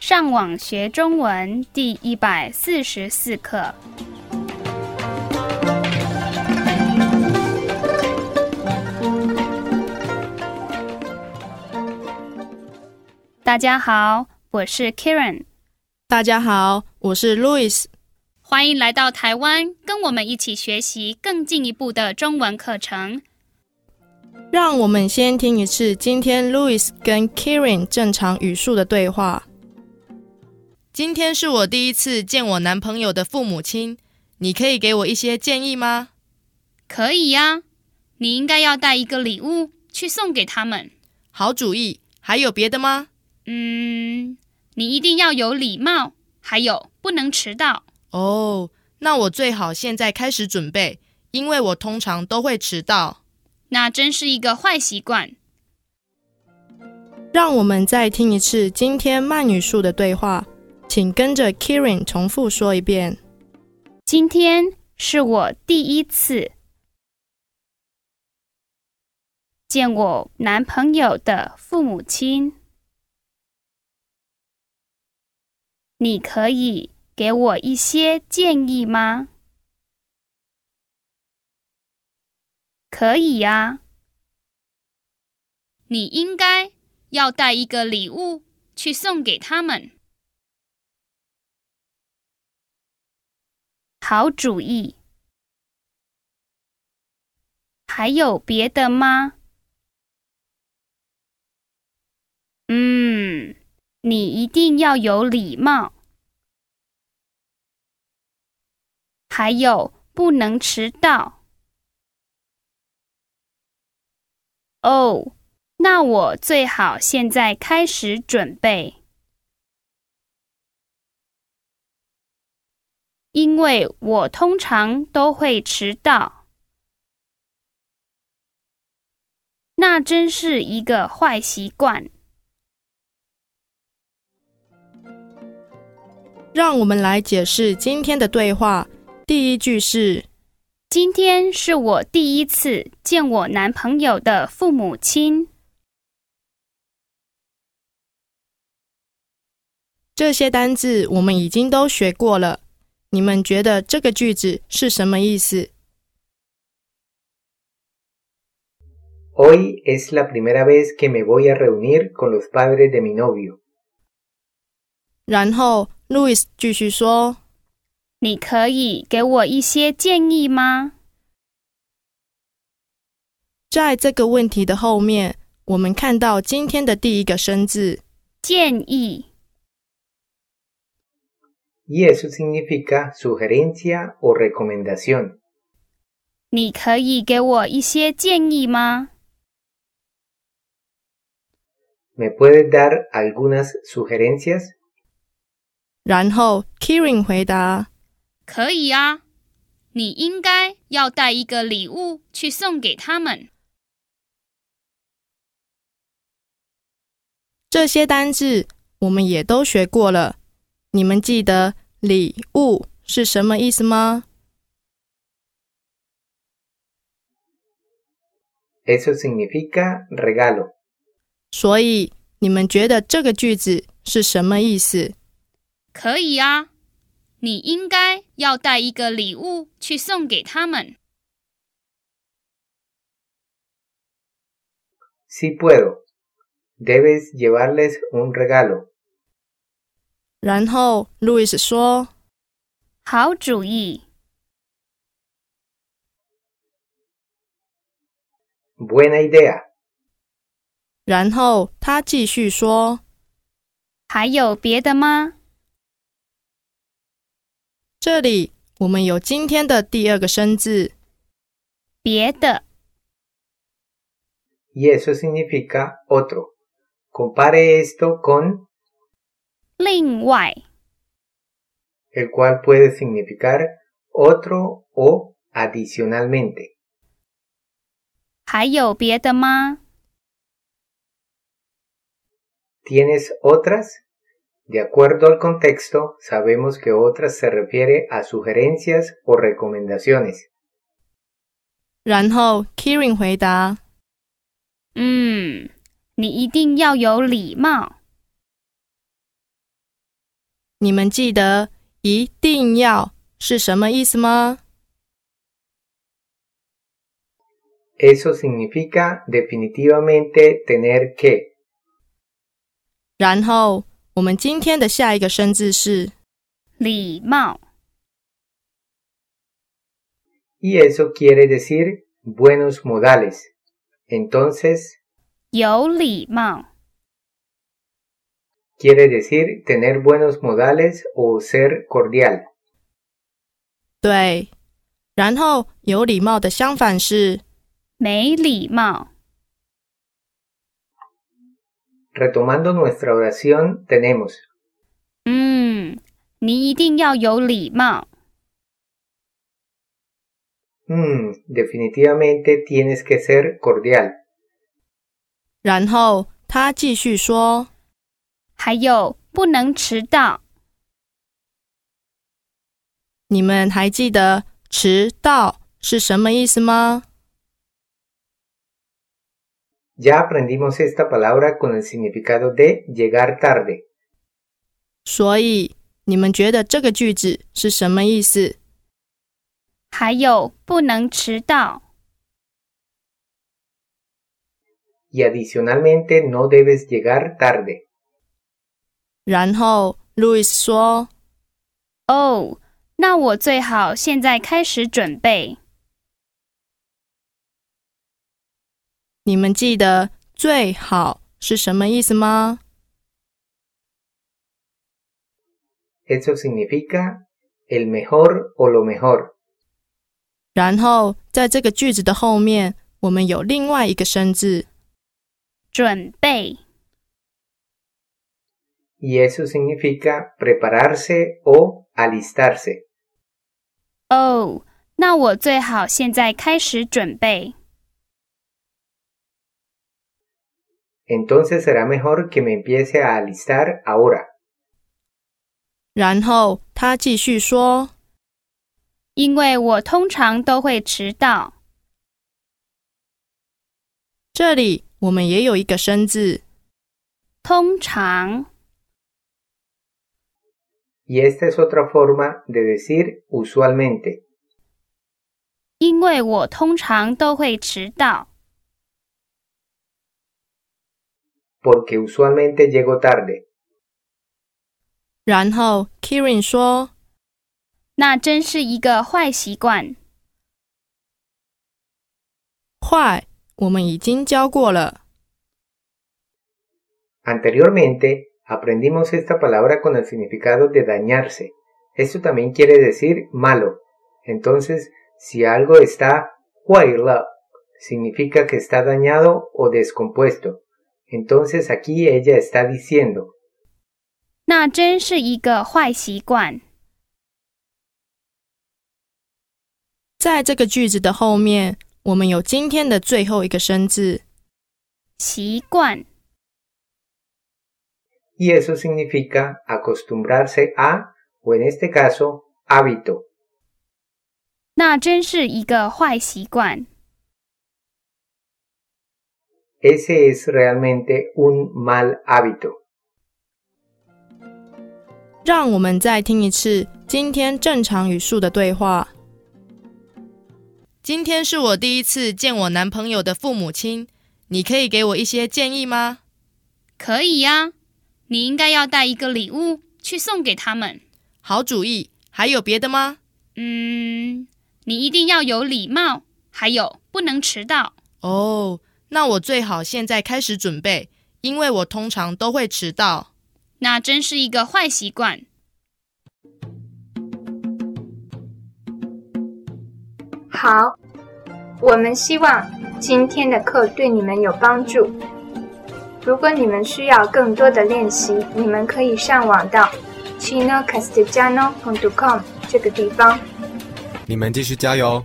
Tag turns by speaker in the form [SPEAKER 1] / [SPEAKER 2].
[SPEAKER 1] 上网学中文第一百四十四课。大家好，我是 Karen，
[SPEAKER 2] 大家好，我是 Louis。
[SPEAKER 1] 欢迎来到台湾，跟我们一起学习更进一步的中文课程。
[SPEAKER 2] 让我们先听一次今天 Louis 跟 Karen 正常语速的对话。今天是我第一次见我男朋友的父母亲，你可以给我一些建议吗？
[SPEAKER 1] 可以呀、你应该要带一个礼物去送给他们。
[SPEAKER 2] 好主意，还有别的吗？
[SPEAKER 1] 嗯，你一定要有礼貌，还有不能迟到。
[SPEAKER 2] 哦、那我最好现在开始准备，因为我通常都会迟到。
[SPEAKER 1] 那真是一个坏习惯。
[SPEAKER 2] 让我们再听一次今天慢语速的对话，请跟着 Kieran 重复说一遍。
[SPEAKER 1] 今天是我第一次见我男朋友的父母亲。你可以给我一些建议吗？可以呀、你应该要带一个礼物去送给他们。好主意。还有别的吗？嗯，你一定要有礼貌，还有不能迟到。哦，那我最好现在开始准备。因为我通常都会迟到，那真是一个坏习惯。
[SPEAKER 2] 让我们来解释今天的对话。第一句是
[SPEAKER 1] 今天是我第一次见我男朋友的父母亲，
[SPEAKER 2] 这些单字我们已经都学过了，你们觉得这个句子是什么意思？
[SPEAKER 3] Hoy es la primera vez que me voy a reunir con los padres de mi novio.
[SPEAKER 2] 然后 Louis 继续说
[SPEAKER 1] 你可以给我一些建议吗？：“
[SPEAKER 2] 在这个问题的后面，我们看到今天的第一个生字，
[SPEAKER 1] 建议。
[SPEAKER 3] Y eso significa sugerencia o recomendación.
[SPEAKER 1] 你可以给我一些建议吗？
[SPEAKER 3] ¿Me puedes dar algunas sugerencias?
[SPEAKER 2] 然后 Kieran 回答
[SPEAKER 1] 可以啊，你应该要带一个礼物去送给他们。：“
[SPEAKER 2] 这些单字我们也都学过了，你们记得礼物是什么意思吗？
[SPEAKER 3] Eso significa regalo.
[SPEAKER 2] 所以你们觉得这个句子是什么意思？
[SPEAKER 1] 可以啊，你应该要带一个礼物去送给他们。
[SPEAKER 3] Sí puedo. Debes llevarles un regalo.
[SPEAKER 2] 然后 Louis 说。”
[SPEAKER 1] 好主意，
[SPEAKER 3] Buena idea.
[SPEAKER 2] 然后他继续说
[SPEAKER 1] 还有别的吗？：“
[SPEAKER 2] 这里我们有今天的第二个生字，
[SPEAKER 1] 别的
[SPEAKER 3] Y eso significa otro. Compare esto con
[SPEAKER 1] 另外
[SPEAKER 3] el cual puede significar otro o adicionalmente.
[SPEAKER 1] 还有别的吗？
[SPEAKER 3] ¿Tienes otras? De acuerdo al contexto, sabemos que otras se refiere a sugerencias o recomendaciones.
[SPEAKER 2] 然后 Kieran 回答
[SPEAKER 1] 嗯，你一定要有礼貌，
[SPEAKER 2] 你们记得“一定要”是什么意思吗？
[SPEAKER 3] Eso significa definitivamente tener que.
[SPEAKER 2] 然后，我们今天的下一个生字是
[SPEAKER 1] 礼貌、
[SPEAKER 3] Y eso quiere decir buenos modales. Entonces,
[SPEAKER 1] 有礼貌、
[SPEAKER 3] quiere decir tener buenos modales o ser cordial.
[SPEAKER 2] 对。然后，有礼貌的相反是
[SPEAKER 1] 没礼貌、
[SPEAKER 3] Retomando nuestra oración, tenemos
[SPEAKER 1] 嗯，你一定要有礼貌。
[SPEAKER 3] Mm, definitivamente tienes que ser cordial.
[SPEAKER 2] 然后他继续说
[SPEAKER 1] 还有，不能迟到。：“
[SPEAKER 2] 你们还记得‘迟到’是什么意思吗
[SPEAKER 3] Ya aprendimos esta palabra con el significado de llegar tarde.？”
[SPEAKER 2] 所以，你们觉得这个句子是什么意思？
[SPEAKER 1] 还有，不能迟到。
[SPEAKER 3] Y adicionalmente no debes llegar tarde.
[SPEAKER 2] 然后路易斯说
[SPEAKER 1] 哦，那我最好现在开始准备。：“
[SPEAKER 2] 你们记得‘最好’是什么意思吗？”
[SPEAKER 3] Eso significa el mejor o lo mejor.
[SPEAKER 2] 然后在这个句子的后面，我们有另外一个生字，
[SPEAKER 1] 准备
[SPEAKER 3] Y eso significa prepararse o alistarse.
[SPEAKER 1] 哦，那我最好现在开始准备。
[SPEAKER 3] Entonces será mejor que me empiece a alistar ahora.
[SPEAKER 2] 然后他继续说
[SPEAKER 1] 因为我通常都会迟到。：“
[SPEAKER 2] 这里我们也有一个生字，
[SPEAKER 1] 通常
[SPEAKER 3] Y esta es otra forma de decir usualmente.
[SPEAKER 1] 因为我通常都会迟到。
[SPEAKER 3] porque usualmente llego tarde.
[SPEAKER 2] 然后 Kirin 说
[SPEAKER 1] 那真是一个坏习惯。：‘
[SPEAKER 2] 坏，我们已经教过了。
[SPEAKER 3] Anteriormente aprendimos esta palabra con el significado de dañarse. Esto también quiere decir malo. Entonces, si algo está huayla, significa que está dañado o descompuesto. Entonces aquí ella está diciendo
[SPEAKER 1] 那真是一个坏习惯。’
[SPEAKER 2] 在这个句子的后面，我们有今天的最后一个生字，
[SPEAKER 1] 习惯
[SPEAKER 3] y eso significa acostumbrarse a, o en este caso, hábito.
[SPEAKER 1] 那真是一个坏习惯。
[SPEAKER 3] Ese es realmente un mal hábito.
[SPEAKER 2] 让我们再听一次今天正常语速的对话。今天是我第一次见我男朋友的父母亲，你可以给我一些建议吗？
[SPEAKER 1] 可以呀、你应该要带一个礼物去送给他们。
[SPEAKER 2] 好主意，还有别的吗？
[SPEAKER 1] 嗯，你一定要有礼貌，还有不能迟到。
[SPEAKER 2] 哦，那我最好现在开始准备，因为我通常都会迟到。
[SPEAKER 1] 那真是一个坏习惯。
[SPEAKER 4] 好，我们希望今天的课对你们有帮助。如果你们需要更多的练习，你们可以上网到 chinocastellano.com 这个地方。
[SPEAKER 5] 你们继续加油，